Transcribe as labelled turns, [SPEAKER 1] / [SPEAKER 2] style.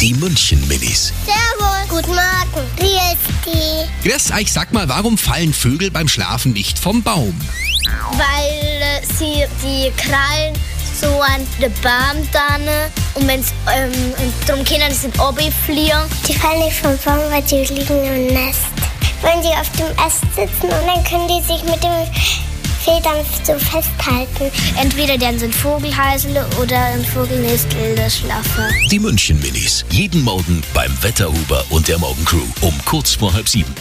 [SPEAKER 1] Die München Minis.
[SPEAKER 2] Servus. Guten Morgen. Wie ist die?
[SPEAKER 1] Grüß euch, sag mal, warum fallen Vögel beim Schlafen nicht vom Baum?
[SPEAKER 2] Weil äh, sie die Krallen so an den Baum dann und wenn sie ähm, darum können, sie runterfliegen. Die fallen nicht vom Baum, weil die liegen im Nest. Wenn sie auf dem Ast sitzen und dann können die sich mit den Federn so festhalten. Entweder dann sind Vogelhäusle oder ein Vogelnestel, das schlafen.
[SPEAKER 1] Die München Minis. Jeden Morgen beim Wetterhuber und der Morgencrew um kurz vor halb sieben.